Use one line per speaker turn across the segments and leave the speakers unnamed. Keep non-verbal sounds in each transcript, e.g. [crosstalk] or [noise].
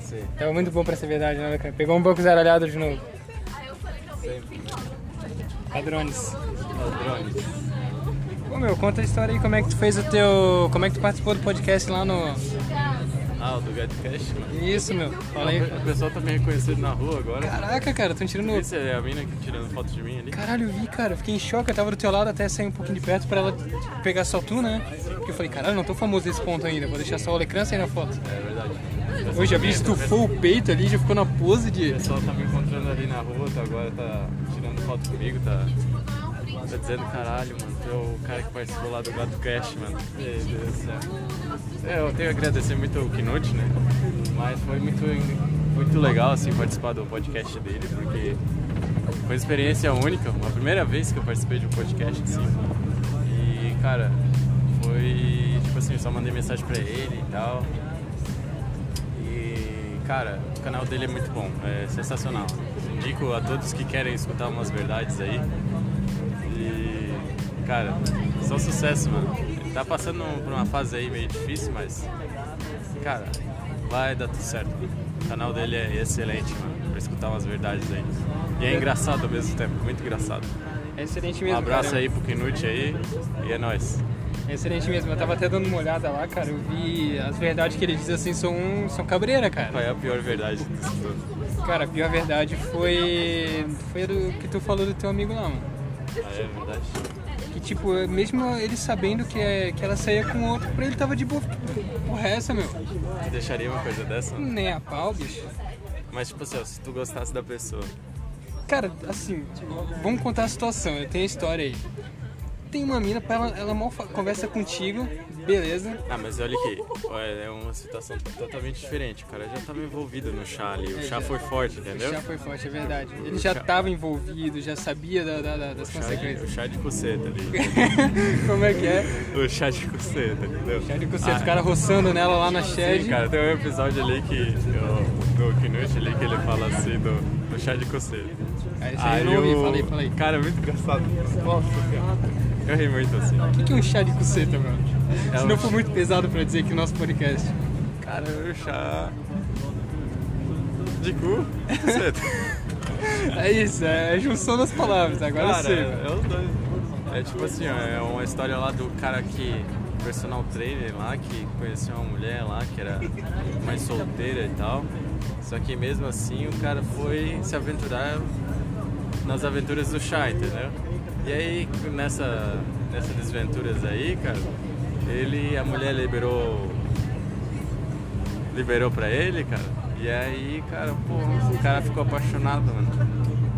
Sim. É muito bom pra ser verdade, né, cara? Pegou um banco zaralhado de novo.
Sempre.
Padrões.
Padrões.
Ô meu, conta a história aí, como é que tu fez o teu. Como é que tu participou do podcast lá no.
Ah, o do Gadcast, mano.
Isso, meu. Fala aí.
O pessoal tá me reconhecendo na rua agora.
Caraca, cara, tão tirando.
Esse é a mina que tirando foto de mim ali.
Caralho, eu vi, cara. Fiquei em choque. Eu tava do teu lado até sair um pouquinho de perto pra ela pegar só tu, né? Porque eu falei, caralho, não tô famoso nesse ponto ainda. Vou deixar só o Alecrã sair na foto.
É verdade.
Hoje
é
já vi, estufou o peito ali, já ficou na pose de.
O pessoal tá me encontrando ali na rua, tá agora tá tirando foto comigo, tá. Tá dizendo, caralho, mano, tu é o cara que participou lá do Gato Cash, mano. Meu Deus do céu. É, eu tenho que agradecer muito o Knut, né? Mas foi muito, muito legal, assim, participar do podcast dele, porque foi uma experiência única, uma primeira vez que eu participei de um podcast, assim. E, cara, foi, tipo assim, eu só mandei mensagem pra ele e tal. E, cara, o canal dele é muito bom, é sensacional. Indico a todos que querem escutar umas verdades aí. E, cara, só sucesso, mano. Ele tá passando por uma fase aí meio difícil, mas, cara, vai dar tudo certo. O canal dele é excelente, mano, pra escutar umas verdades aí. E é engraçado ao mesmo tempo, muito engraçado.
É excelente
Um
mesmo.
abraço
cara.
aí pro Knut aí e é nóis.
É excelente mesmo. Eu tava até dando uma olhada lá, cara. Eu vi as verdades que ele diz assim são, são cabreira, cara.
Qual é a pior verdade disso tudo?
[laughs] Cara, a pior verdade foi. Foi a do que tu falou do teu amigo lá, mano.
Ah, é verdade.
Que tipo, mesmo ele sabendo que, é, que ela saía com outro, pra ele tava de boa. Porra, é essa, meu?
Tu deixaria uma coisa dessa?
Nem a pau, bicho.
Mas, tipo assim, ó, se tu gostasse da pessoa,
Cara, assim, vamos contar a situação, eu tenho a história aí. Tem uma mina, pá, ela, ela mal fa- conversa contigo, beleza.
Ah, mas olha aqui, olha, é uma situação totalmente diferente. O cara já tava envolvido no chá ali. O
É,
chá
já.
foi forte,
O
entendeu?
chá foi forte, é verdade. Ele já tava envolvido, já sabia da- da- da- das
O chá de- O
consequências.
chá de coceta ali. [laughs]
Como é que é?
o chá de coceta, entendeu?
Chá de conceito, o cara roçando nela lá na shed.
Ah. Sim, cara, tem um episódio ali que. Do, do Knut ali que ele fala assim do, do chá de coceta.
Ah, esse aí eu não ouvi, fala aí, fala aí.
Cara, é muito engraçado. Nossa, cara. Eu ri muito assim.
O que, que é um chá de cuceta, mano?
É
Se
um
não
chá-
for muito pesado pra dizer que nosso podcast.
Cara, o chá. De
[laughs]
cu? Coceta.
É isso, é a junção das palavras, agora
Cara,
sim.
é os dois. É tipo assim, ó, é uma história lá do cara que. personal trainer lá, que conheceu uma mulher lá que era mais solteira e tal. Só que mesmo assim o cara foi se aventurar nas aventuras do chá, entendeu? E aí nessa, nessas desventuras aí, cara, ele. a mulher liberou liberou pra ele, cara. E aí, cara, pô, o cara ficou apaixonado, mano.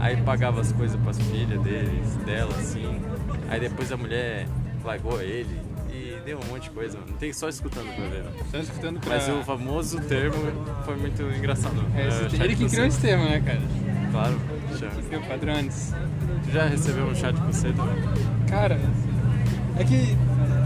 Aí pagava as coisas pras filhas deles, dela, assim. Aí depois a mulher largou ele e deu um monte de coisa, mano. Tem só escutando pra ver, mano.
Tá escutando pra...
Mas o famoso termo foi muito engraçado.
É,
Eu
esse...
achei
Ele que
você-
criou esse tema, né, cara?
Claro, já.
Meu padrões.
Tu já recebeu um chá de coceta?
Cara, é que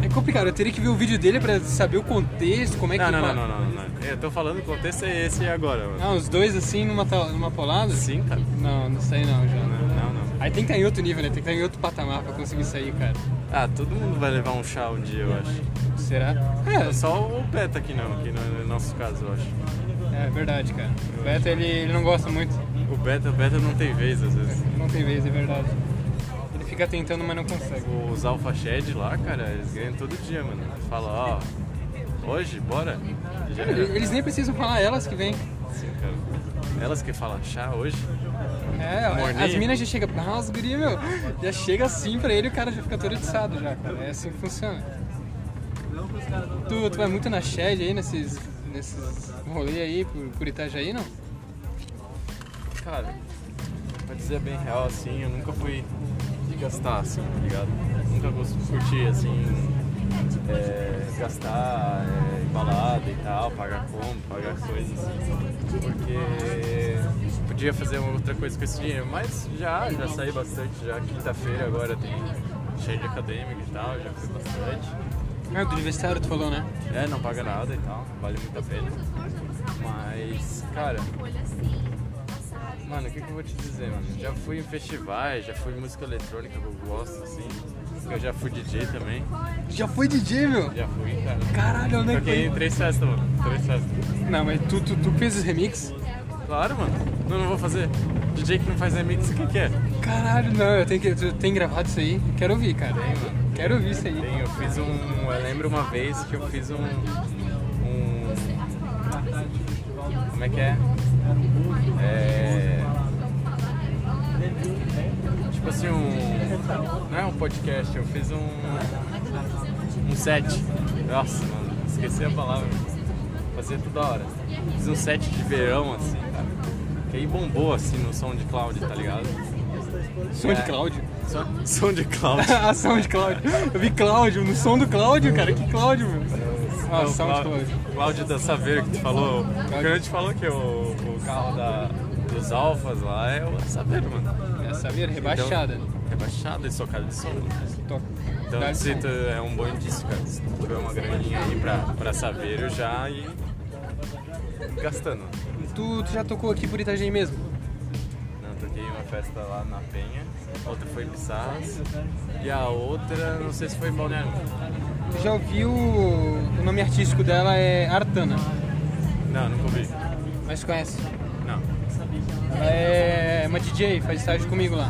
é complicado. Eu teria que ver o vídeo dele pra saber o contexto, como é
Não,
que...
não,
fala.
não, não, não, não. Eu tô falando o contexto é esse agora, mano.
Ah, os dois assim numa, tal- numa polada?
Sim, cara.
Não, não sei não, já.
Não, não, não.
Aí tem que estar em outro nível, né? Tem que estar em outro patamar pra conseguir sair, cara.
Ah, todo mundo vai levar um chá um dia, eu acho.
Será?
É só o Peta aqui não, aqui no, no nosso caso, eu acho.
É, é verdade, cara. O Beto, ele, ele não gosta muito.
O Beta, o Beta não tem vez às vezes.
Não tem vez, é verdade. Ele fica tentando, mas não consegue.
Os Alpha Shed lá, cara, eles ganham todo dia, mano. Eles falam, ó, hoje, bora. É, E Já era.
Eles nem precisam falar elas que vêm.
Assim, cara. Elas que falam chá hoje?
É,
Morninho.
as minas já chegam, ah, os guri, meu, já chega assim pra ele e o cara já fica todo atiçado já, cara. É assim que funciona. Tu, tu vai muito na shed aí, nesses, nesses rolê aí, por, por Itajaí, não?
Cara, pra dizer bem real, assim, eu nunca fui de gastar, assim, tá ligado? Nunca gosto de curtir, assim, é, gastar é, em balada e tal, pagar como, pagar coisas, assim, porque podia fazer uma outra coisa com esse dinheiro, mas já, já saí bastante, já quinta-feira agora tem cheio de acadêmico e tal, já fui bastante.
É, do universitário tu falou, né?
É, não paga nada e tal, vale muito a pena. Mas, cara. Mano, o que, que eu vou te dizer, mano? Já fui em festivais, já fui em música eletrônica que eu gosto, assim. Eu já fui DJ também.
Já foi DJ, meu?
Já fui, cara.
Caralho, onde é que
Toquei em
foi?
três festas, mano. Três festas.
Não, mas tu, tu, tu fez os remix?
Claro, mano. Não, não vou fazer. DJ que não faz remix, o que que é?
Caralho, não, eu tenho que. Tu tem gravado isso aí? Quero ouvir, cara. Quero ouvir isso aí.
Tem, eu fiz um. Eu lembro uma vez que eu fiz um. um como é que é? É. Tipo assim, um. Não é um podcast, eu fiz um. Um set. Nossa, mano, esqueci a palavra. Fazia toda hora. Fiz um set de verão, assim, cara. Que aí bombou, assim, no SoundCloud, tá ligado?
Som de Cláudio. [laughs]
[laughs] Son- SoundCloud.
ah, som de Cláudio. Eu vi Cláudio, no som do Cláudio, cara. Que Cláudio, meu. Ah,
Não,
som de Cláudio.
Cláudio. Cláudio da Saveiro que tu falou. O grande falou que o, o carro da- dos alfas lá é o Saveiro, mano.
Essa vira rebaixada. Tá.
Então, rebaixada e socada de som. né?
Toca.
Então
Dá
se
som.
tu- é um bom indício, cara. Se tu tiver uma graninha aí pra, pra Saveiro já e gastando.
Tu, tu já tocou aqui por Itajaí mesmo?
Não, toquei uma festa lá na Penha, outra foi em Pissarras e a outra não sei se foi em Balneário.
Tu já ouviu. O nome artístico dela é Artana.
Não, nunca ouvi.
Mas tu conhece?
Não.
Ela é uma DJ, faz estágio comigo lá.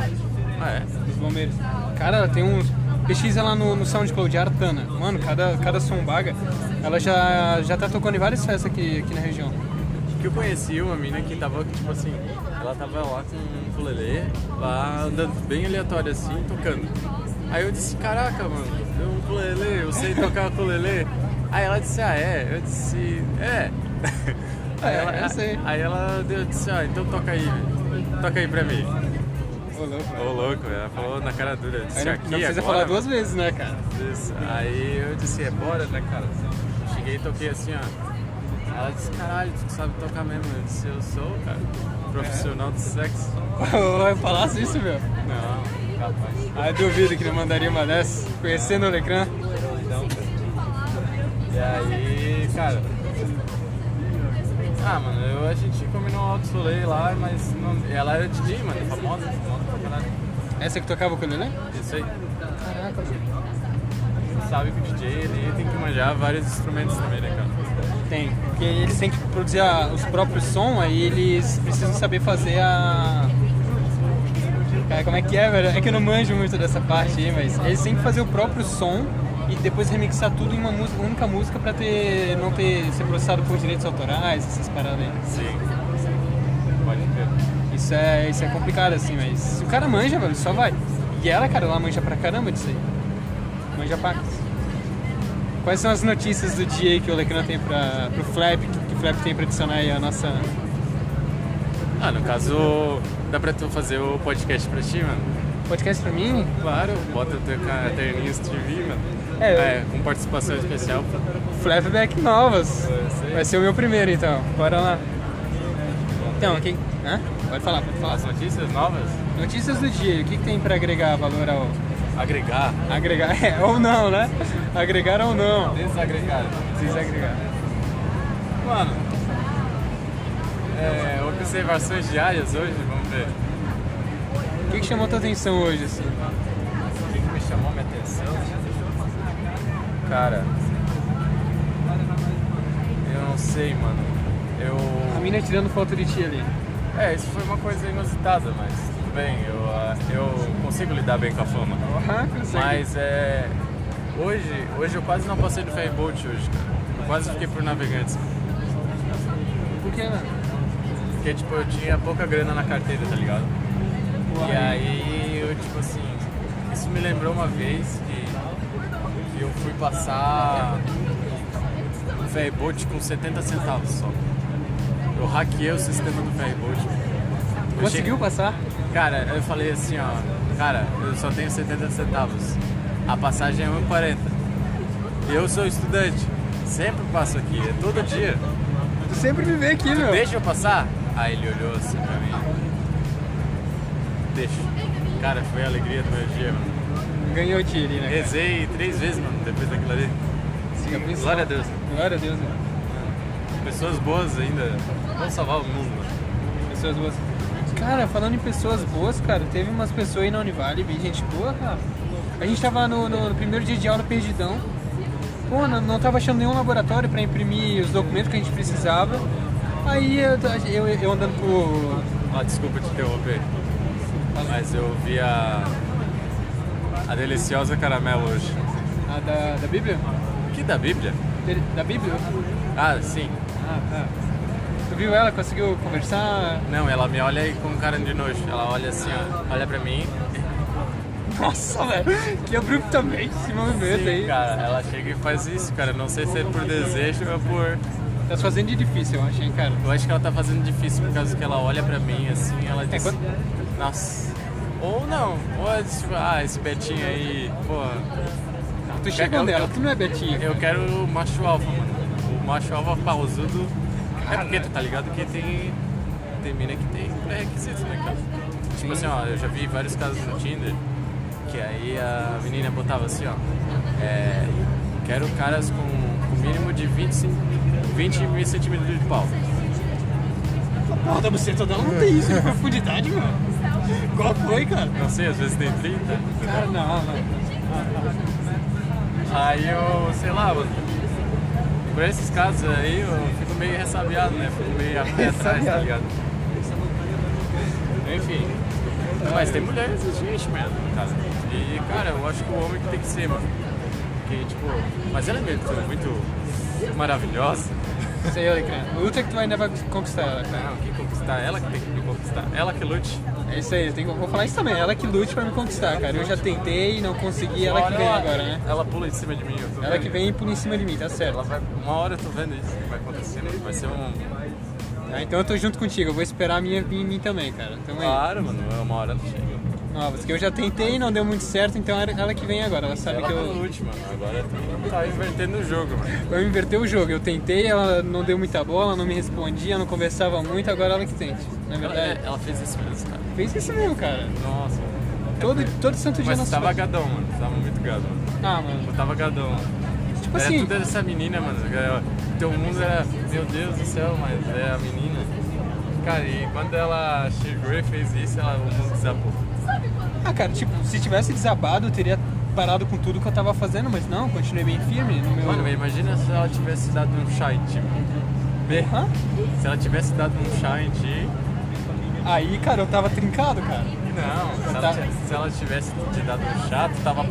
Ah, é?
dos bombeiros. Cara, ela tem uns. Pesquisa lá no, no SoundCloud, Artana. Mano, cada, cada sombaga, ela já, já tá tocando em várias festas aqui, aqui na região.
que eu conheci uma mina que tava, tipo assim, ela tava lá com um ukulele, lá andando bem aleatório assim, tocando. Aí eu disse, caraca, mano, eu ukulele, eu sei tocar ukulele. Aí ela disse, ah, é? Eu disse, é. [laughs] Aí
É,
ela,
eu sei.
Aí ela deu- disse, ah, então toca aí, velho. toca aí pra mim.
Ô, louco.
Ô, louco, velho, ela falou na cara dura. Eu disse,
Aí não,
aqui
não precisa
é agora,
falar
mano?"
duas vezes, né, cara? [laughs]
Isso. Aí eu disse, é bora, né, cara? Cheguei e toquei assim, ó. Ela disse, caralho, tu sabe tocar mesmo. Eu disse, eu sou, cara, profissional de sexo.
Eu falasse isso, meu.
Não, capaz.
Ah, eu duvido que ele mandaria uma dessa. Conhecendo o Lecran.
Então, e aí, cara. Ah, mano, eu, a gente combinou um alto soleil lá, mas não- ela era DJ, mano, famosa, famosa pra caralho.
Essa que tocava o ukulele?
Isso aí.
Caraca,
Sabe que o DJ ele tem que manjar vários instrumentos também, né, cara?
Tem. Porque eles têm que produzir a- os próprios sons, aí eles precisam saber fazer a. Cara, como é que é, velho? É que eu não manjo muito dessa parte aí, mas eles têm que fazer o próprio som e depois remixar tudo em uma música- única música pra ter, não ter ser processado por direitos autorais, essas paradas aí.
Sim. Pode crer.
Isso é, isso é complicado assim, mas se o cara manja, velho, só vai. E ela, cara, ela manja pra caramba disso aí. Manja pacas. Quais são as notícias do dia aí que o Lecran tem pra, pro Flap, que, que o Flap tem pra adicionar aí a nossa...
Ah, no caso, dá pra tu fazer o podcast pra ti, mano?
Podcast pra mim?
Claro, bota o teu caderninho TV, mano.
É, eu-
É, com participação especial.
Flapback é novas. Vai
Vai ser
ser o meu primeiro, então. Bora lá. Então, quem... Hã? Pode falar, pode falar.
as notícias novas,
Notícias do dia, o que, que tem pra agregar valor ao...
agregar,
Agregar, [laughs] é, ou não, né? Agregar ou não.
desagregar.
Desagregar.
Mano, é, observações diárias hoje, vamos ver.
O que, que chamou tua atenção hoje, assim?
O que que me chamou minha atenção? Cara, eu não sei, mano. Eu.
A mina tirando foto de ti ali.
É, isso foi uma coisa inusitada, mas tudo bem, eu, ah, eu consigo lidar bem com a fama.
Ah, consegue.
Mas é. Hoje, hoje eu quase não passei do ferryboat hoje, cara. Eu Quase fiquei por navegantes.
Por que não?
Porque, tipo, eu tinha pouca grana na carteira, tá ligado? E aí eu, tipo assim. Isso me lembrou uma vez que, que eu fui passar o ferryboat com 70 centavos só. Eu hackeei o sistema do ferryboat. Eu
Conseguiu passar?
Cara, eu falei assim, ó, cara, eu só tenho 70 centavos. A passagem é 1,40. Eu sou estudante, sempre passo aqui, é todo dia.
Tu sempre me vê aqui, meu.
Deixa eu passar? Aí ele olhou assim pra mim. Deixa. Cara, foi a alegria do meu dia, mano.
Ganhou o tiro, né? cara?
Rezei três vezes, mano, depois daquilo ali.
Já pensou?
Glória a Deus.
Glória a Deus, né? meu.
Pessoas boas ainda vão salvar o mundo, mano.
Pessoas boas. Cara, falando em pessoas boas, cara, teve umas pessoas aí na Univale, bem gente boa, cara. A gente tava no, no- no primeiro dia de aula perdidão. Pô, não, não tava achando nenhum laboratório pra imprimir os documentos que a gente precisava. Aí eu, ta- eu, eu andando pro.
Ó, Ah, desculpa te interromper, mas eu vi a, a deliciosa caramelo hoje.
a da, da Bíblia?
Que da Bíblia?
Dele- Da Bíblia?
Ah, sim.
Ah, tá. Tu viu ela? Conseguiu conversar?
Não, ela me olha aí com cara de nojo. Ela olha assim, ó, olha pra mim. [laughs]
Nossa, velho! Que abruptamente esse movimento
Sim,
aí.
cara, ela chega e faz isso, cara. Não sei se é por desejo ou por.
Tá se fazendo de difícil, eu achei, cara.
Eu acho que ela tá fazendo difícil por causa que ela olha pra mim assim, ela diz.
quando-
Nossa. Ou não. Ou é tipo, ah, esse Betinho aí, pô.
Tu chega
eu-
nela,
eu-
tu não é Betinha.
Eu quero o macho alfa, mano. O macho alfa pausudo. É porque tu tá ligado que tem. Tem mina que tem pré-requisitos, né, cara? Tipo assim, ó, eu já vi vários casos no Tinder que aí a menina botava assim, ó. É, quero caras com o mínimo de 25, 20 mil centímetros de pau.
Porra, da buceta dela não tem isso de profundidade, mano. Qual foi, cara?
Não sei, às vezes tem 30.
Cara, não, não.
Aí eu, sei lá, mano. Por esses casos aí eu fico meio ressabiado, né? Fico meio a pé atrás, tá ligado? Enfim. Mas tem mulher exigente mesmo, no caso. E, cara, eu acho que o homem que tem que ser, mano. Porque, tipo, mas ela é mesmo muito maravilhosa.
Sei, olha, cara. Luta que tu vai ainda vai conquistar ela, cara.
Não, quem conquistar? Ela né? que tem que me conquistar. Ela que lute.
É isso aí, eu tenho, vou falar isso também. Ela que lute pra me conquistar, cara. Eu já tentei, não consegui, ela que
Olha,
vem agora, né?
Ela pula em cima de mim. eu tô
Ela
vendo
que
isso.
vem e pula em cima de mim, tá certo.
Ela vai, uma hora eu tô vendo isso que vai acontecer, né? vai ser um,
Tá, então eu tô junto contigo, eu vou esperar a minha vir em mim também, cara. Então aí.
Claro, mano, é uma hora não chega.
Novas, que eu já tentei, não deu muito certo, então era ela que vem agora. Ela sabe
Ela
que
foi
eu.
última, mano. agora tu tá invertendo o jogo, mano.
Eu invertei o jogo, eu tentei, ela não deu muita bola, não me respondia, não conversava muito, agora ela que tente. Na
Ela, é,
verdade,
ela fez isso mesmo, cara.
fez isso mesmo, cara.
Nossa.
Todo, todo santo dia
Mas
nós
tu tava
faz-
gadão, mano. Tu Tava muito gado, mano.
Ah,
Tu
mano.
tava gadão.
Tipo
Era
assim.
tudo essa menina, mano. Era- Teu mundo era, meu Deus do céu, mas é a menina. Cara, e quando ela chegou e fez isso, ela, o mundo desabou.
Ah, cara, tipo, se tivesse desabado, eu teria parado com tudo que eu tava fazendo, mas não, continuei bem firme no meu.
Mano, imagina se ela tivesse dado um chá em ti, mano.
Hã?
Se ela tivesse dado um chá em ti,
Aí, cara, eu tava trincado, cara.
Não, se
Tá.
ela, ti- se ela tivesse te dado um chá, tu tava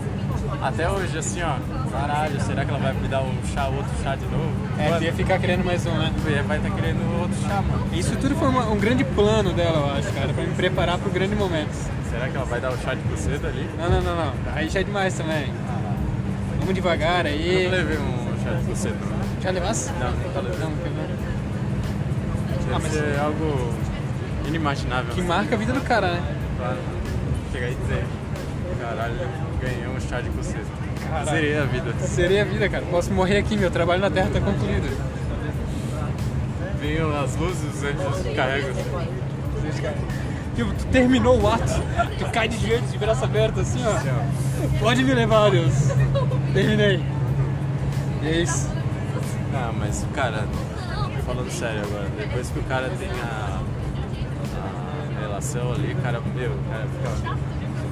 até hoje assim, ó. Caralho, será que ela vai me dar um chá, outro chá de novo?
É, tu
Mano,
ia ficar querendo mais um, né?
tu ia- vai estar tá querendo outro chá, mano.
Isso tudo foi uma- um grande plano dela, eu acho, cara, pra me preparar pro grande momento.
Será que ela vai dar o chá de buceta ali?
Não, não, não, não. Aí já é demais também. Vamos devagar aí.
Eu levei um chá de buceta.
Já levasse?
Não, nunca levei.
Não, nunca levei.
Deve
Ah, mas-
ser algo inimaginável.
Que marca a vida do cara, né?
Claro. Chegar e dizer, caralho, ganhei um chá de buceta.
Caralho.
Zerei a vida.
Seria a vida, cara. Posso morrer aqui, meu trabalho na Terra tá concluído.
Venham as luzes, os anjos carregam.
Tipo, tu terminou o ato, tu cai de joelhos de braço aberto assim, ó. Pode me levar, Deus. Terminei. E é isso.
Ah, mas cara, falando sério agora, depois que o cara tem a, a relação ali, o cara, meu, o cara fica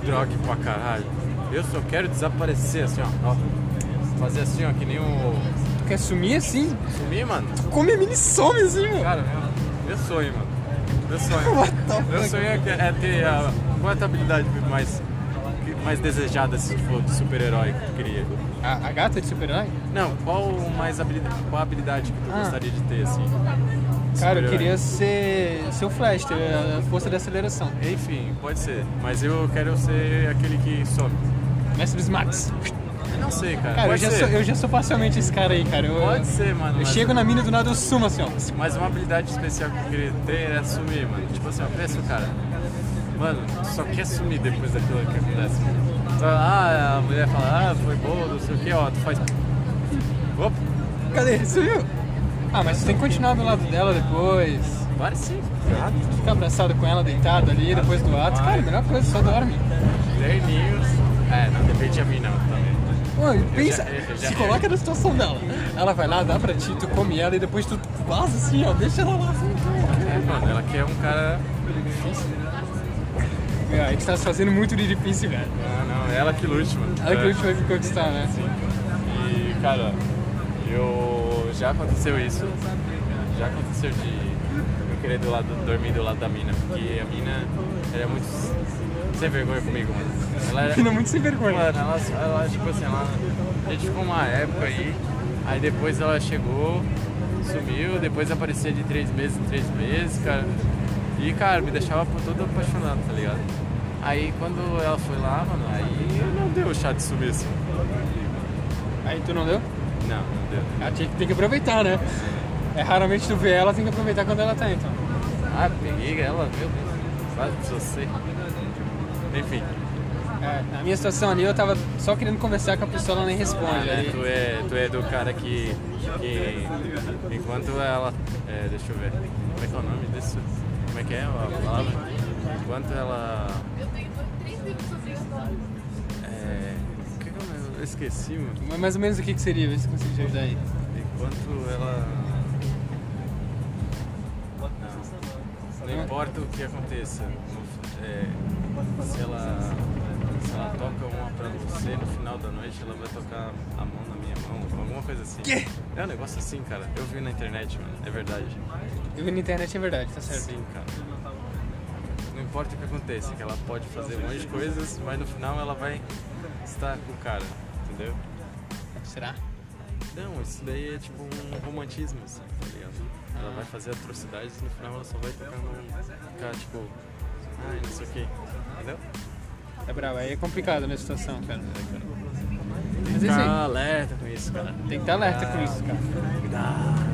drogue pra caralho. Eu só quero desaparecer assim, ó. ó. Fazer assim, ó, que nem o.
Tu quer sumir assim?
Sumir, mano.
Come mini some assim, mano.
Cara, meu, meu sonho, mano. Meu sonho.
[laughs] What the
meu
fuck?
sonho é, que- é ter a. Qual é a habilidade mais, que- mais desejada, se for de super-herói que tu queria?
A, a gata de super-herói?
Não, qual mais habilidade, qual habilidade que tu
Ah.
gostaria de ter, assim?
Cara,
super-herói?
eu queria ser, ser o Flash, ter a força de aceleração.
Enfim, pode ser. Mas eu quero ser aquele que some.
Mestre dos Max.
Eu não sei, cara.
Cara, eu
pode
já,
ser.
sou, eu já sou parcialmente esse cara aí, cara. Eu,
Pode ser, mano.
Eu
mas...
chego na mina e do nada eu sumo assim, ó.
Mas uma habilidade especial que eu queria ter é sumir, mano. Tipo assim, ó, pensa o cara. Mano, tu só quer sumir depois daquilo que acontece. mano. Tu- Ah, a mulher fala, ah, foi boa, não sei o que, ó, tu faz. Opa,
Cadê? Sumiu? Ah, mas tu tem que continuar do lado dela depois.
para sim.
Ficar abraçado com ela, deitado ali, depois do ato. Cara, a melhor coisa, só dorme.
Terninhos. É, não depende de mim não também.
Pô, pensa,
já- eu já-
se coloca na situação dela. Ela vai lá, dá pra ti, tu come ela e depois tu vaza assim, ó. Deixa ela lá assim.
É, mano, ela quer um cara difícil.
É, Meu, aí tu tá se fazendo muito de difícil, velho.
Ah, Não, não, mano. Ela que lute, mano.
Ela que
É.
lute vai me conquistar, né?
Sim. E, cara, eu já aconteceu isso. Já aconteceu de eu querer do lado, dormir do lado da mina. Porque a mina era muito sem vergonha comigo, mano. Ela
[laughs]
era-
Fina muito sem vergonha.
Mano, ela, ela, tipo assim, ela, a gente ficou uma época aí, aí depois ela chegou, sumiu, depois aparecia de três meses em três meses, cara. E, cara, me deixava todo apaixonado, tá ligado? Aí quando ela foi lá, mano, aí não deu chá de sumir assim.
Aí tu não deu?
Não, não deu.
Ela tinha que, tem que aproveitar, né? É raramente tu vê ela, tem que aproveitar quando ela tá, então.
Ah, peguei ela, meu Deus. Quase você. Enfim.
É, na minha situação ali, eu tava só querendo conversar com a pessoa, ela nem responde.
né,
Aí,
tu, é, tu é do cara que, que enquanto ela. é, deixa eu ver. Como é que é o nome disso? Como é que é a palavra? Enquanto ela. É, o que que eu- eu esqueci, mano.
mas mais ou menos o que, que seria, ver se eu consigo te ajudar aí.
Enquanto ela. Não, não importa o que aconteça, no- é, se, ela, se ela toca uma pra você no final da noite, ela vai tocar a mão na minha mão, alguma coisa assim.
Quê?
É um negócio assim, cara. Eu vi na internet, mano. É verdade.
Eu vi na internet, é verdade, tá certo.
Sim, cara. Não importa o que aconteça, que ela pode fazer um monte de coisas, mas no final ela vai estar com o cara, entendeu?
Será?
Não, isso daí é tipo um romantismo, assim, tá ligado? Ela vai fazer atrocidades e no final ela só vai tocar no cara, tipo, ai, não sei o que, entendeu?
É brabo, aí é complicado nessa situação, cara. Mas é isso
Fica
aí.
alerta com isso, cara.
Tem que estar alerta com isso, cara.
Cuidado.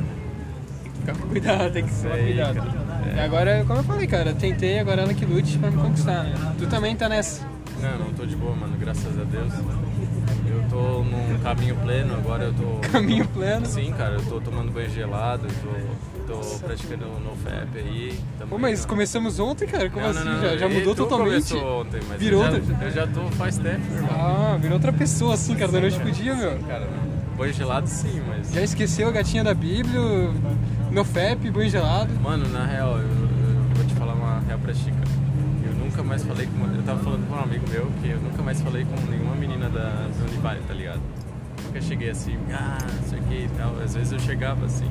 Tem que ficar com cuidado, tem que ser
Sei,
cuidado.
cara.
E agora, como eu falei, cara, eu tentei, agora ela que lute pra me conquistar, né? Tu também tá nessa. [laughs]
Não, não tô de boa, mano, graças a Deus. Eu tô num caminho pleno, agora eu tô.
[laughs] Caminho pleno.
Sim, cara, eu tô tomando banho gelado, eu tô, tô praticando o NoFap aí. tamo
Pô, mas
aí, ó.
começamos ontem, cara? Como
Não,
assim?
não, não,
já, já
e
mudou
tu
totalmente?
começou ontem, mas
Virou
eu já,
outra-
eu já tô faz tempo, irmão.
Ah, virou outra pessoa, assim, cara, da noite pro dia, meu.
Sim, cara. Banho gelado sim, mas.
Já esqueceu a gatinha da Bíblia, no FEP, banho gelado.
Mano, na real, eu, eu vou te falar uma real pra Chica. Eu nunca mais falei com. uma- Eu tava falando com um amigo meu que eu nunca mais falei com nenhuma menina da da Univale, tá ligado? Nunca cheguei assim, ah, não sei o que e tal. Às vezes eu chegava assim.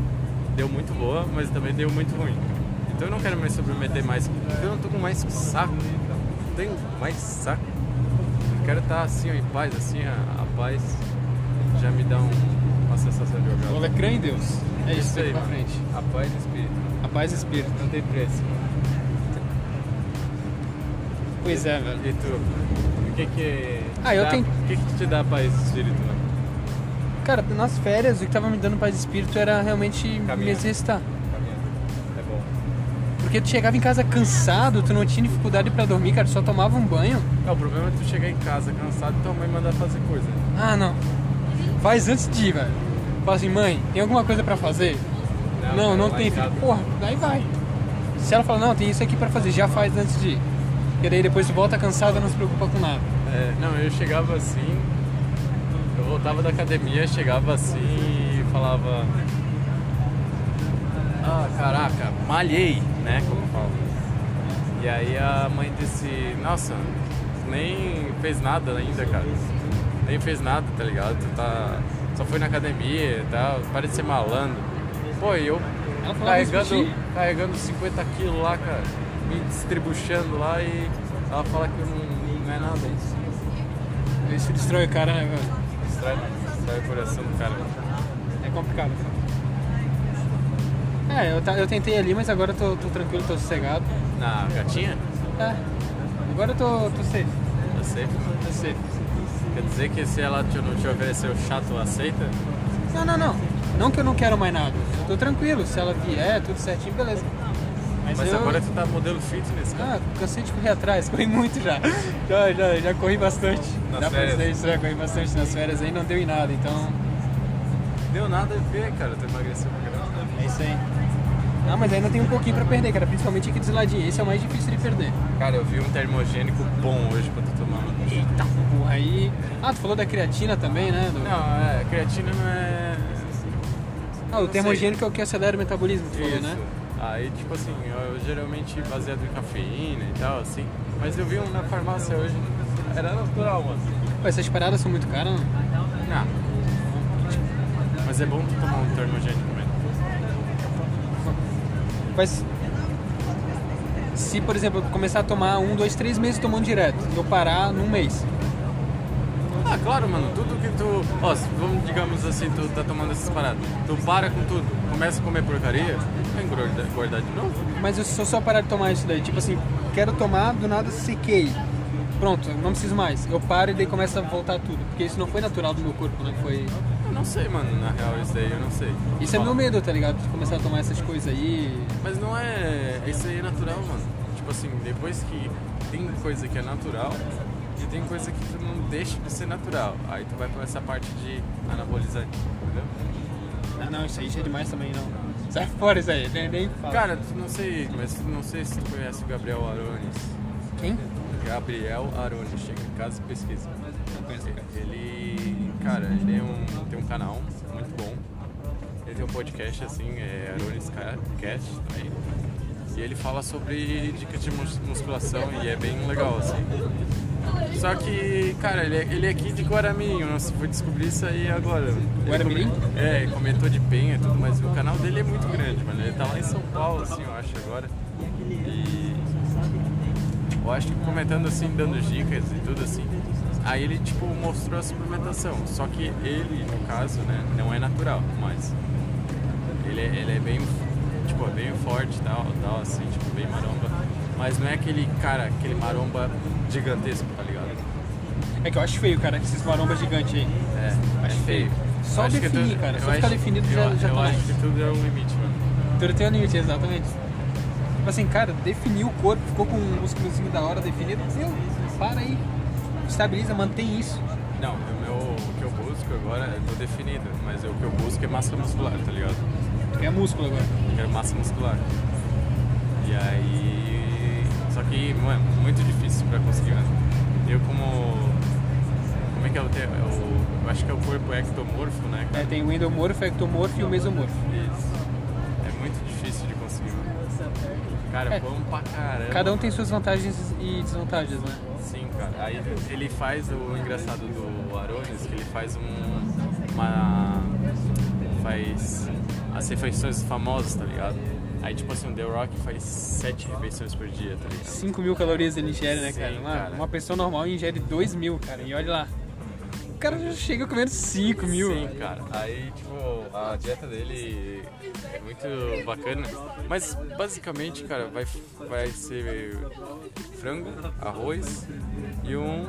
Deu muito boa, mas também deu muito ruim. Então eu não quero mais submeter mais. Eu não tô com mais saco. Não tenho mais saco. Eu quero estar assim, ó, em paz, assim, a, a paz já me dá um- uma sensação de
O
orgasmo.
é crê em Deus. É isso, daqui pra
mano.
frente.
A paz do espírito.
A paz e espírito.
Não tem preço.
Pois é, velho.
E tu? O que que.
Ah, eu
dá-
tenho-
O que que te dá paz de espírito, mano?
Cara, nas férias, o que tava me dando paz e espírito era realmente me
Caminhar.
exercitar.
Caminhando. É bom.
Porque tu chegava em casa cansado, tu não tinha dificuldade pra dormir, cara, tu só tomava um banho.
Não, o problema é tu chegar em casa cansado e tua mãe mandar fazer coisa. né?
Ah, não. Faz antes de ir, velho. Fala assim, mãe, tem alguma coisa pra fazer? Não, não, tem.
filho.
Porra, daí vai. Se ela fala, não, tem isso aqui pra fazer, já faz antes de ir. Porque daí depois tu volta cansado não se preocupa com nada.
É, não, eu chegava assim, eu voltava da academia, chegava assim e falava. Ah, caraca, malhei, né? Como fala. E aí a mãe disse, nossa, nem fez nada ainda, cara. Nem fez nada, tá ligado? Tu tá. Só foi na academia e tal, para de ser malandro. Pô, e eu
Ela falava isso pra
carregando,
ti.
carregando 50 quilos lá, cara, me distribuchando lá e ela fala que não, não é nada isso.
Isso destrói o cara, né, velho?
Distrai, distrai o coração do cara.
É complicado. É, eu, ta- eu tentei ali, mas agora eu tô, tô tranquilo, tô sossegado.
Na gatinha?
É. Agora eu tô, tô safe.
Eu sei.
Tô safe.
Quer dizer que se ela te- não te oferecer o chato, aceita?
Não, não, não. Não que eu não quero mais nada. Eu tô tranquilo. Se ela vier, tudo certinho, beleza.
Mas,
eu-
agora tu tá modelo fitness, cara.
Ah, cansei de correr atrás, [laughs] corri muito já. Já, já, já corri bastante.
Nas
Dá pra
férias.
dizer isso, já corri bastante nas férias aí, não deu em nada, então
Ah, Deu nada a ver, cara. Tu emagreceu pra caramba.
é isso aí. Não, mas ainda tem um pouquinho pra perder, cara, principalmente aqui dos ladinhos. Esse é o mais difícil de perder.
Cara, eu vi um termogênico bom hoje pra tu tomar. mano.
Eita porra, aí. Ah, tu falou da creatina também, né? do-
Não, é, creatina não é.
ah, o
não sei.
termogênico é o que acelera o metabolismo, tu falou,
Isso.
né?
Aí, tipo assim, eu, eu geralmente baseado em cafeína e tal, assim. Mas eu vi um na farmácia hoje. Era natural, mano.
Pô, essas paradas são muito caras, não?
Não. Ah. Mas é bom tu tomar um termogênico, mano.
Mas se, por exemplo, eu começar a tomar um, dois, três meses tomando direto, eu parar num mês.
Ah, claro, mano. Tudo que tu. Ó, se- vamos, digamos assim, tu tá tomando essas paradas. Tu para com tudo, começa a comer porcaria, vai engordar, engordar de novo.
Mas eu sou só parar de tomar isso daí. Tipo assim, quero tomar, do nada sequei. Pronto, não preciso mais. Eu paro e daí começa a voltar tudo. Porque isso não foi natural do meu corpo, né? Foi.
Eu não sei, mano, na real, isso daí eu não sei.
Isso é
Ó,
meu medo, tá ligado? De começar a tomar essas coisas aí.
Mas não é. Isso aí é natural, mano. Tipo assim, depois que tem coisa que é natural e tem coisa que tu não deixa de ser natural. Aí tu vai pra essa parte de anabolizante, entendeu?
Ah, não, isso aí já é demais também, não. Sai fora isso aí, nem, nem fala.
Cara, tu não sei, mas tu não sei se tu conhece o Gabriel Arones.
quem?
Gabriel Arones, chega em casa e pesquisa.
Não conheço, cara.
Ele, cara, ele é um, tem um canal muito bom. Ele tem um podcast assim, é Aronis Ca- Cast também. E ele fala sobre dicas de mus- musculação e é bem legal, assim. Só que, cara, ele é, ele é aqui de Guaramirim, eu não sei- fui descobrir isso aí agora. Ele
Guaramirim?
come- É, ele comentou de penha e tudo, mas o canal dele é muito grande, mano. Ele tá lá em São Paulo, assim, eu acho, agora. E eu acho que comentando assim, dando dicas e tudo assim. Aí ele, tipo, mostrou a suplementação. Só que ele, no caso, né, não é natural, mas ele é, ele é bem, tipo, é bem forte e tal, tal, assim, tipo, bem maromba. Mas não é aquele cara, aquele maromba gigantesco, tá ligado?
É que eu acho feio, cara, esses marombas gigantes aí.
É,
Acho
é feio.
Só
Eu acho que
definir,
tudo-
cara.
eu
Só ficar
acho-
definido já-
eu,
já tá
Eu acho
mais.
que tudo é um limite, mano.
Tudo tem um limite, exatamente. Tipo assim, cara, definiu o corpo, ficou com um músculozinho da hora definido. Meu, para aí. Estabiliza, mantém isso.
Não, o, meu, o que eu busco agora, eu tô definido, mas o que eu busco é massa muscular, tá ligado?
É músculo agora.
quero massa muscular. E aí. Só que, mano, muito difícil pra conseguir, mano. Eu como. Como é que é o termo? É o- Eu acho que é o corpo ectomorfo, né,
É,
cara?
tem o endomorfo, ectomorfo e o mesomorfo.
Isso. É muito difícil de conseguir, mano. Cara,
É.
bom pra caramba.
Cada um tem suas vantagens e desvantagens, né?
Sim, cara. Aí ele faz o engraçado do Arones, que ele faz um, uma. faz as refeições famosas, tá ligado? Aí tipo assim, o The Rock faz sete refeições por dia, tá ligado?
5 mil calorias ele ingere, né,
Sim,
cara? Uma,
cara.
uma pessoa normal ingere 2 mil, cara. E olha lá. O cara já chega comendo 5 mil.
Sim, cara. Aí, tipo, a dieta dele é muito bacana. Mas, basicamente, cara, vai, vai ser frango, arroz e um...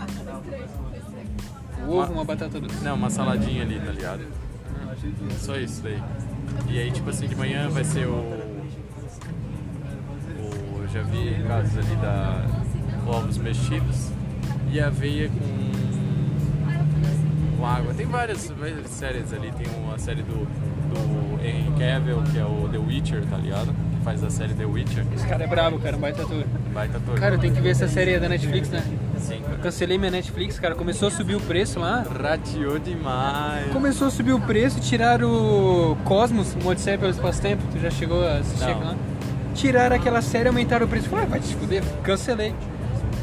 O ovo, uma batata doce.
Não, uma saladinha ali, tá ligado? Só isso daí. E aí, tipo assim, de manhã vai ser o... o eu já vi casos ali da ovos mexidos e aveia com com água. Tem várias, várias séries ali. Tem uma série do, do Henry Cavill, que é o The Witcher, tá ligado? Que faz a série The Witcher.
Esse cara é brabo, cara, um baita ator.
Baita ator.
Cara, eu tenho que ver essa série da Netflix, né?
Sim, cara.
Cancelei minha Netflix, cara. Começou a subir o preço lá.
Rateou demais.
Começou a subir o preço, tiraram o Cosmos, uma Odisseia pelo Espaço-Tempo, tu já chegou a assistir
Não.
aquela? Tiraram aquela série, aumentaram o preço. Falei, ah, vai te fuder, cancelei.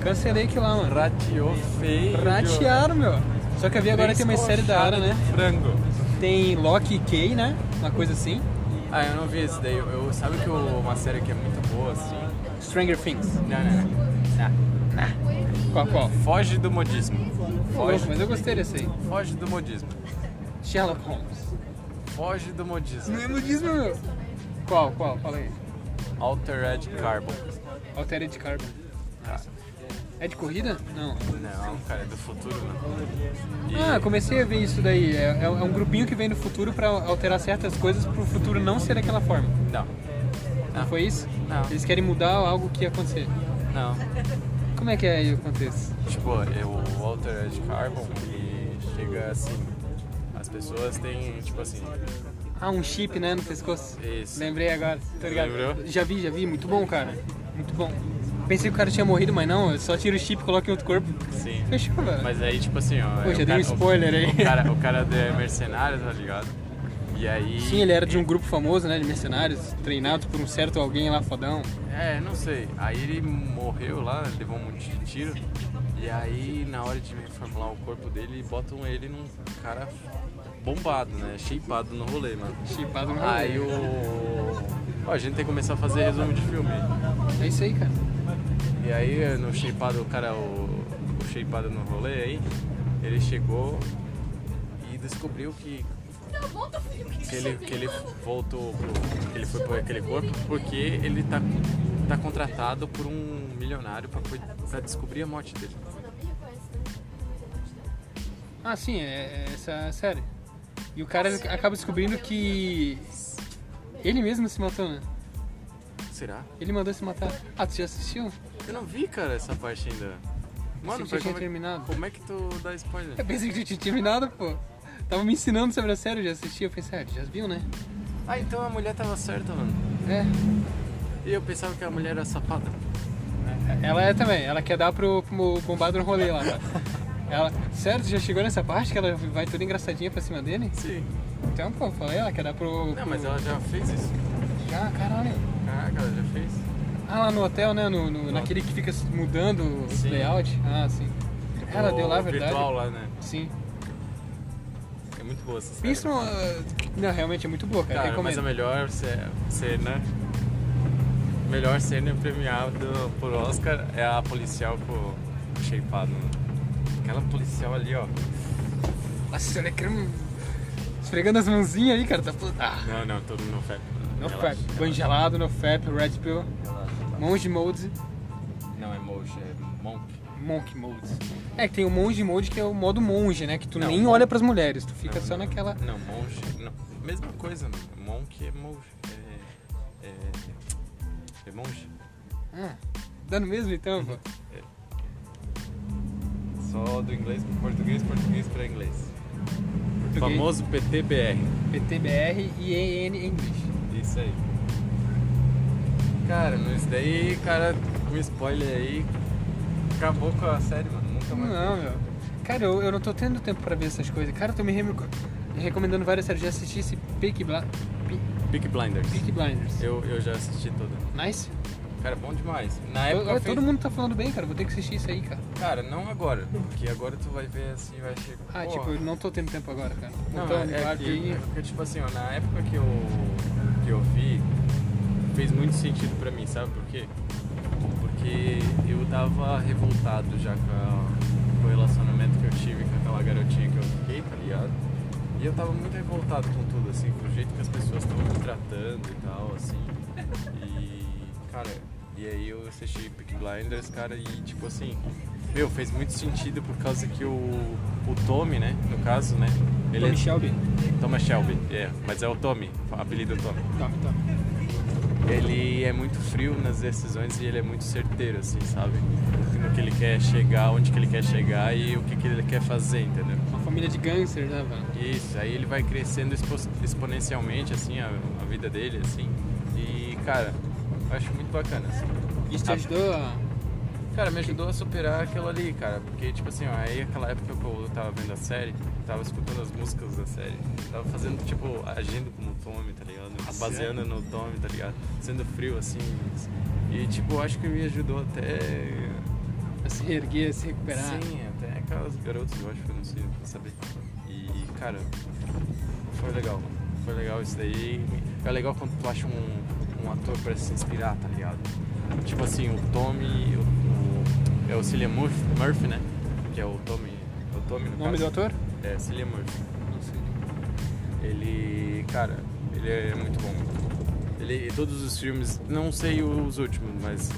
Cancelei que lá, mano.
Rateou feio.
Ratearam, meu. Só que eu vi agora tem uma série da hora, né?
Frango.
Tem Loki e Kay, né? Uma coisa assim.
Ah, eu não vi esse daí. Eu, eu- sabe que eu- uma série que é muito boa, assim...
Stranger Things.
Não, não, não.
Qual, qual?
Foge do modismo.
Louco,
Foge,
mas eu gostei dessa aí.
foge do modismo.
Sherlock Holmes.
Foge do modismo.
Não é nudismo, meu. Qual, qual? Fala aí.
Altered Carbon.
Altered Carbon.
Cara,
É de corrida? Não.
não, cara, é do futuro, mano. E-
Ah, comecei a ver isso daí. É, é- é um grupinho que vem do futuro pra alterar certas coisas pro futuro não ser daquela forma.
Não.
Não foi isso?
Não.
Eles querem mudar algo que ia acontecer.
Não.
Como é que é aí o contexto?
Tipo, é o Walter Ed Carbon, ele chega assim. As pessoas têm, tipo assim.
Ah, um chip, né, no pescoço?
Isso.
Lembrei agora. Tá ligado?
Lembrou?
Já vi, já vi. Muito bom, cara. Muito bom. Pensei que o cara tinha morrido, mas não. Eu só tiro o chip e coloco em outro corpo.
Sim.
Fechou, velho.
Mas aí, tipo assim, ó.
Pô,
é
já
o
dei um
cara- o-
spoiler aí.
O cara, o cara é mercenário, tá ligado? E aí.
Sim, ele era de um grupo famoso, né? De mercenários, treinados por um certo alguém lá fodão.
É, não sei. Aí ele morreu lá, levou um monte de tiro. E aí, na hora de reformular o corpo dele, botam ele num cara bombado, né? Shapeado no rolê, mano.
Chipado é? no
Aí
rolê.
o. Ó, a gente tem que começar a fazer resumo de filme.
É isso aí, cara.
E aí, no shapeado, o cara, o, o shapeado no rolê aí, ele chegou e descobriu que que ele, que ele voltou pro, que ele foi por aquele corpo porque ele tá, tá contratado por um milionário pra, cui- pra descobrir a morte dele.
Ah, sim, é, é essa série. E o cara acaba descobrindo que. Ele mesmo se matou, né?
Será?
Ele mandou se matar. Ah, tu já assistiu? [laughs]
Eu não vi, cara, essa parte ainda. Mano,
Você
pra
tinha
como, é,
terminado?
como é que tu dá spoiler?
Eu pensei que tu tinha terminado, pô. Tava me ensinando sobre a série, eu já assisti. Eu pensei, ah, tu já viu, né?
Ah, então a mulher tava certa, mano.
É.
E eu pensava que a mulher era safada.
Ela é também, ela quer dar pro, pro bombado no rolê lá. né? Ela, sério, tu já chegou nessa parte que ela vai toda engraçadinha pra cima dele?
Sim.
Então, pô, falei, ela quer dar pro.
Não, mas ela já fez isso.
Ah, caralho.
Caraca, ela já fez.
Ah, lá no hotel, né? No, no- naquele que fica mudando o
Sim. Tipo,
layout. Ah, sim. Ela
O
deu lá, verdade.
virtual lá, né?
Sim.
É muito boa essa série.
Isso ah, não, realmente é muito boa, cara.
Cara, mas
Recomendo.
a melhor ce- cena. Melhor cena premiada por Oscar é a policial com o shapeado. né? Aquela policial ali, ó.
Nossa, ela é creme. Esfregando as mãozinhas aí, cara. Tá... Ah,
Não, não, todo no fap.
no
Relaxa,
fap.
relaxa,
Banho gelado, no fap, red pill.
relaxa.
Monge mode,
Não é Moche, é Monk.
monk mode. É que tem o monge mode que é o modo monge, né? Que tu
Não,
nem
mon-
olha pras mulheres, tu fica
Não,
só
não.
naquela.
Não, Monche. Não. Mesma coisa, mano. Monk é Monge. É. É. É Monge.
Ah, dando mesmo então,
Uhum.
pô.
Só do inglês pro português, português pra inglês.
Português.
Famoso PTBR.
PTBR e EN English.
Isso aí. Cara, mas isso daí, cara, com spoiler aí, acabou com a série, mano. Nunca mais.
Não, meu. Cara, eu, eu não tô tendo tempo pra ver essas coisas. Cara, eu tô me reme- recomendando várias séries. Já assisti esse Peaky, Bla... Pe-
Peak Blinders.
Peaky Blinders.
Eu, eu já assisti toda.
Nice.
Cara, bom demais. Na
Eu-
época.
eu-
fez-
Todo mundo tá falando bem, cara. Vou ter que assistir isso aí, cara.
Cara, não agora. Porque agora tu vai ver assim, vai chegar.
Ah,
Porra.
tipo, eu não tô tendo tempo agora, cara.
Não,
Então,
é
guarda
que, é
aí.
porque, tipo assim, ó, na época que eu, que eu vi, fez muito sentido pra mim, sabe por quê? Porque eu tava revoltado já com, a- com o relacionamento que eu tive com aquela garotinha que eu fiquei, tá ligado? E eu tava muito revoltado com tudo, assim, com o jeito que as pessoas estavam me tratando e tal, assim. E, cara, e aí eu assisti Peak Blinders, cara, e tipo assim, meu, fez muito sentido por causa que o, o Tommy, né, no caso, né? Ele
Tommy
é-
Shelby.
Thomas Shelby, é, mas é o Tommy, apelido Tommy.
Tome, tome.
Ele é muito frio nas decisões e ele é muito certeiro, assim, sabe? No que ele quer chegar, onde que ele quer chegar e o que, que ele quer fazer, entendeu?
Uma família de gangsters, né, mano?
Isso, aí ele vai crescendo expo- exponencialmente, assim, a, a vida dele, assim. E, cara, eu acho muito bacana, assim.
Isso te
Ah.
ajudou a...
Cara, me ajudou a superar aquilo ali, cara. Porque, tipo assim, ó, aí aquela época que eu tava vendo a série, tava escutando as músicas da série, tava fazendo, tipo, agindo como o Tommy, tá ligado? Baseando no Tommy, tá ligado? Sendo frio, assim. E, tipo, acho que me ajudou até.
a se reerguer, a se recuperar.
Sim, é. até aquelas garotas, eu acho que eu não sei, pra saber. E, cara, foi legal, mano. Foi legal isso daí. É legal quando tu acha um, um ator pra se inspirar, tá ligado? Tipo assim, o Tommy, o, o- é o Cillian Murphy, Murphy, né? Que é o Tommy. O Tommy no
O nome do
caso.
ator?
É, Cillian Murphy.
Não sei.
Ele, cara, ele é muito bom. Ele, e todos os filmes, não sei os últimos, mas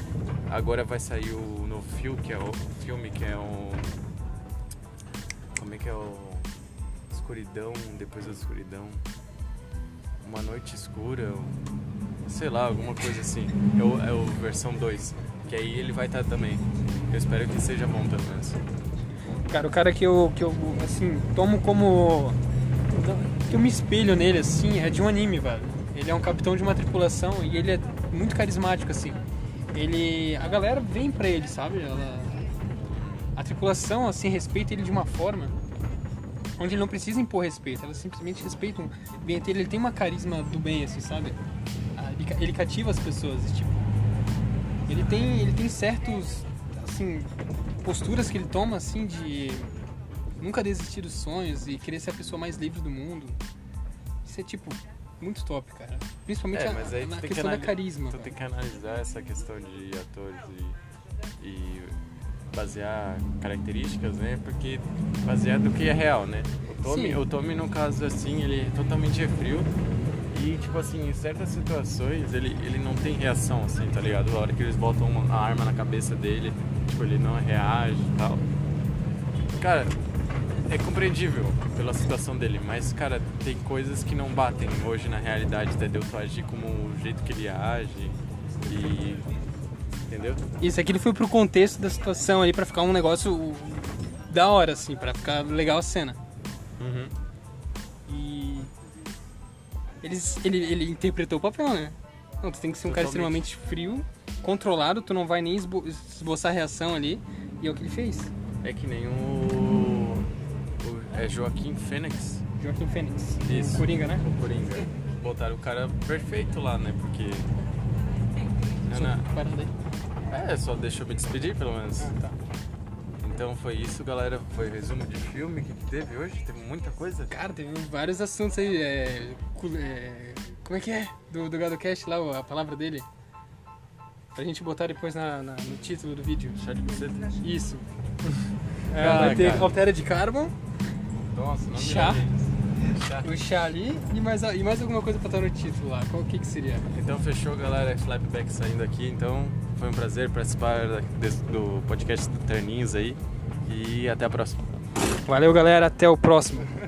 agora vai sair o novo filme que é o filme que é o como é que é o escuridão depois da escuridão, uma noite escura, ou- sei lá, alguma coisa assim. É o, é o versão 2, que aí ele vai estar também. Eu espero que seja bom pelo menos.
Cara, o cara que eu, que eu assim, tomo como. que eu me espelho nele, assim, é de um anime, velho. Ele é um capitão de uma tripulação e ele é muito carismático, assim. Ele. a galera vem pra ele, sabe? Ela- a tripulação, assim, respeita ele de uma forma onde ele não precisa impor respeito, elas simplesmente respeitam. O Benheteiro, ele tem uma carisma do bem, assim, sabe? Ah, Ele, ca- ele cativa as pessoas, e, tipo... Ele tem, ele tem certos, assim, posturas que ele toma, assim, de nunca desistir dos sonhos e querer ser a pessoa mais livre do mundo. Isso é, tipo, muito top, cara. Principalmente
É,
a-
mas aí tu
na
tem que
questão da
anali-
carisma.
Tu
velho.
tem que analisar essa questão de atores e, e basear características, né? Porque baseado no que é real, né? O Tommy,
Sim.
o Tommy, no caso, assim, ele é totalmente frio. E, tipo assim, em certas situações ele, ele não tem reação, assim, tá ligado? A hora que eles botam uma, a arma na cabeça dele, tipo, ele não reage e tal. Cara, é compreendível pela situação dele, mas, cara, tem coisas que não batem hoje na realidade, entendeu? Tu agir como o jeito que ele age e. Entendeu?
Isso, aquilo foi pro contexto da situação ali pra ficar um negócio da hora, assim, pra ficar legal a cena.
Uhum.
E. Eles, ele, ele interpretou o papel, né? Não, tu tem que ser um cara
Totalmente.
extremamente frio, controlado, tu não vai nem esbo esboçar a reação ali. E é o que ele fez.
É que nem o. o- é Joaquim Fênix?
Joaquim Fênix.
Isso.
Coringa, né?
O Coringa. Botaram o cara perfeito lá, né? Porque. Não,
Só
não.
Parada aí.
É, só deixa eu me despedir, pelo menos.
Tá.
Então foi isso, galera. Foi resumo de filme. O que, que teve hoje? Teve muita coisa?
Cara, teve vários assuntos aí. É, cu- é, como é que é? Do, do GadoCast lá, o- a palavra dele. Pra gente botar depois na- na- no título do vídeo.
Chá de buceta?
[laughs] Isso. É,
Ah,
vai ter
cara.
altera de carbon,
Nossa, não me
Chá?
lembro. Chá.
o chá ali e mais, a- e mais alguma coisa pra estar no título lá. Qual que, que seria?
Então fechou, galera. Flapback saindo aqui. Então foi um prazer participar da- desse- do podcast do Terninhos aí. E até a próxima.
Valeu, galera. Até o próximo.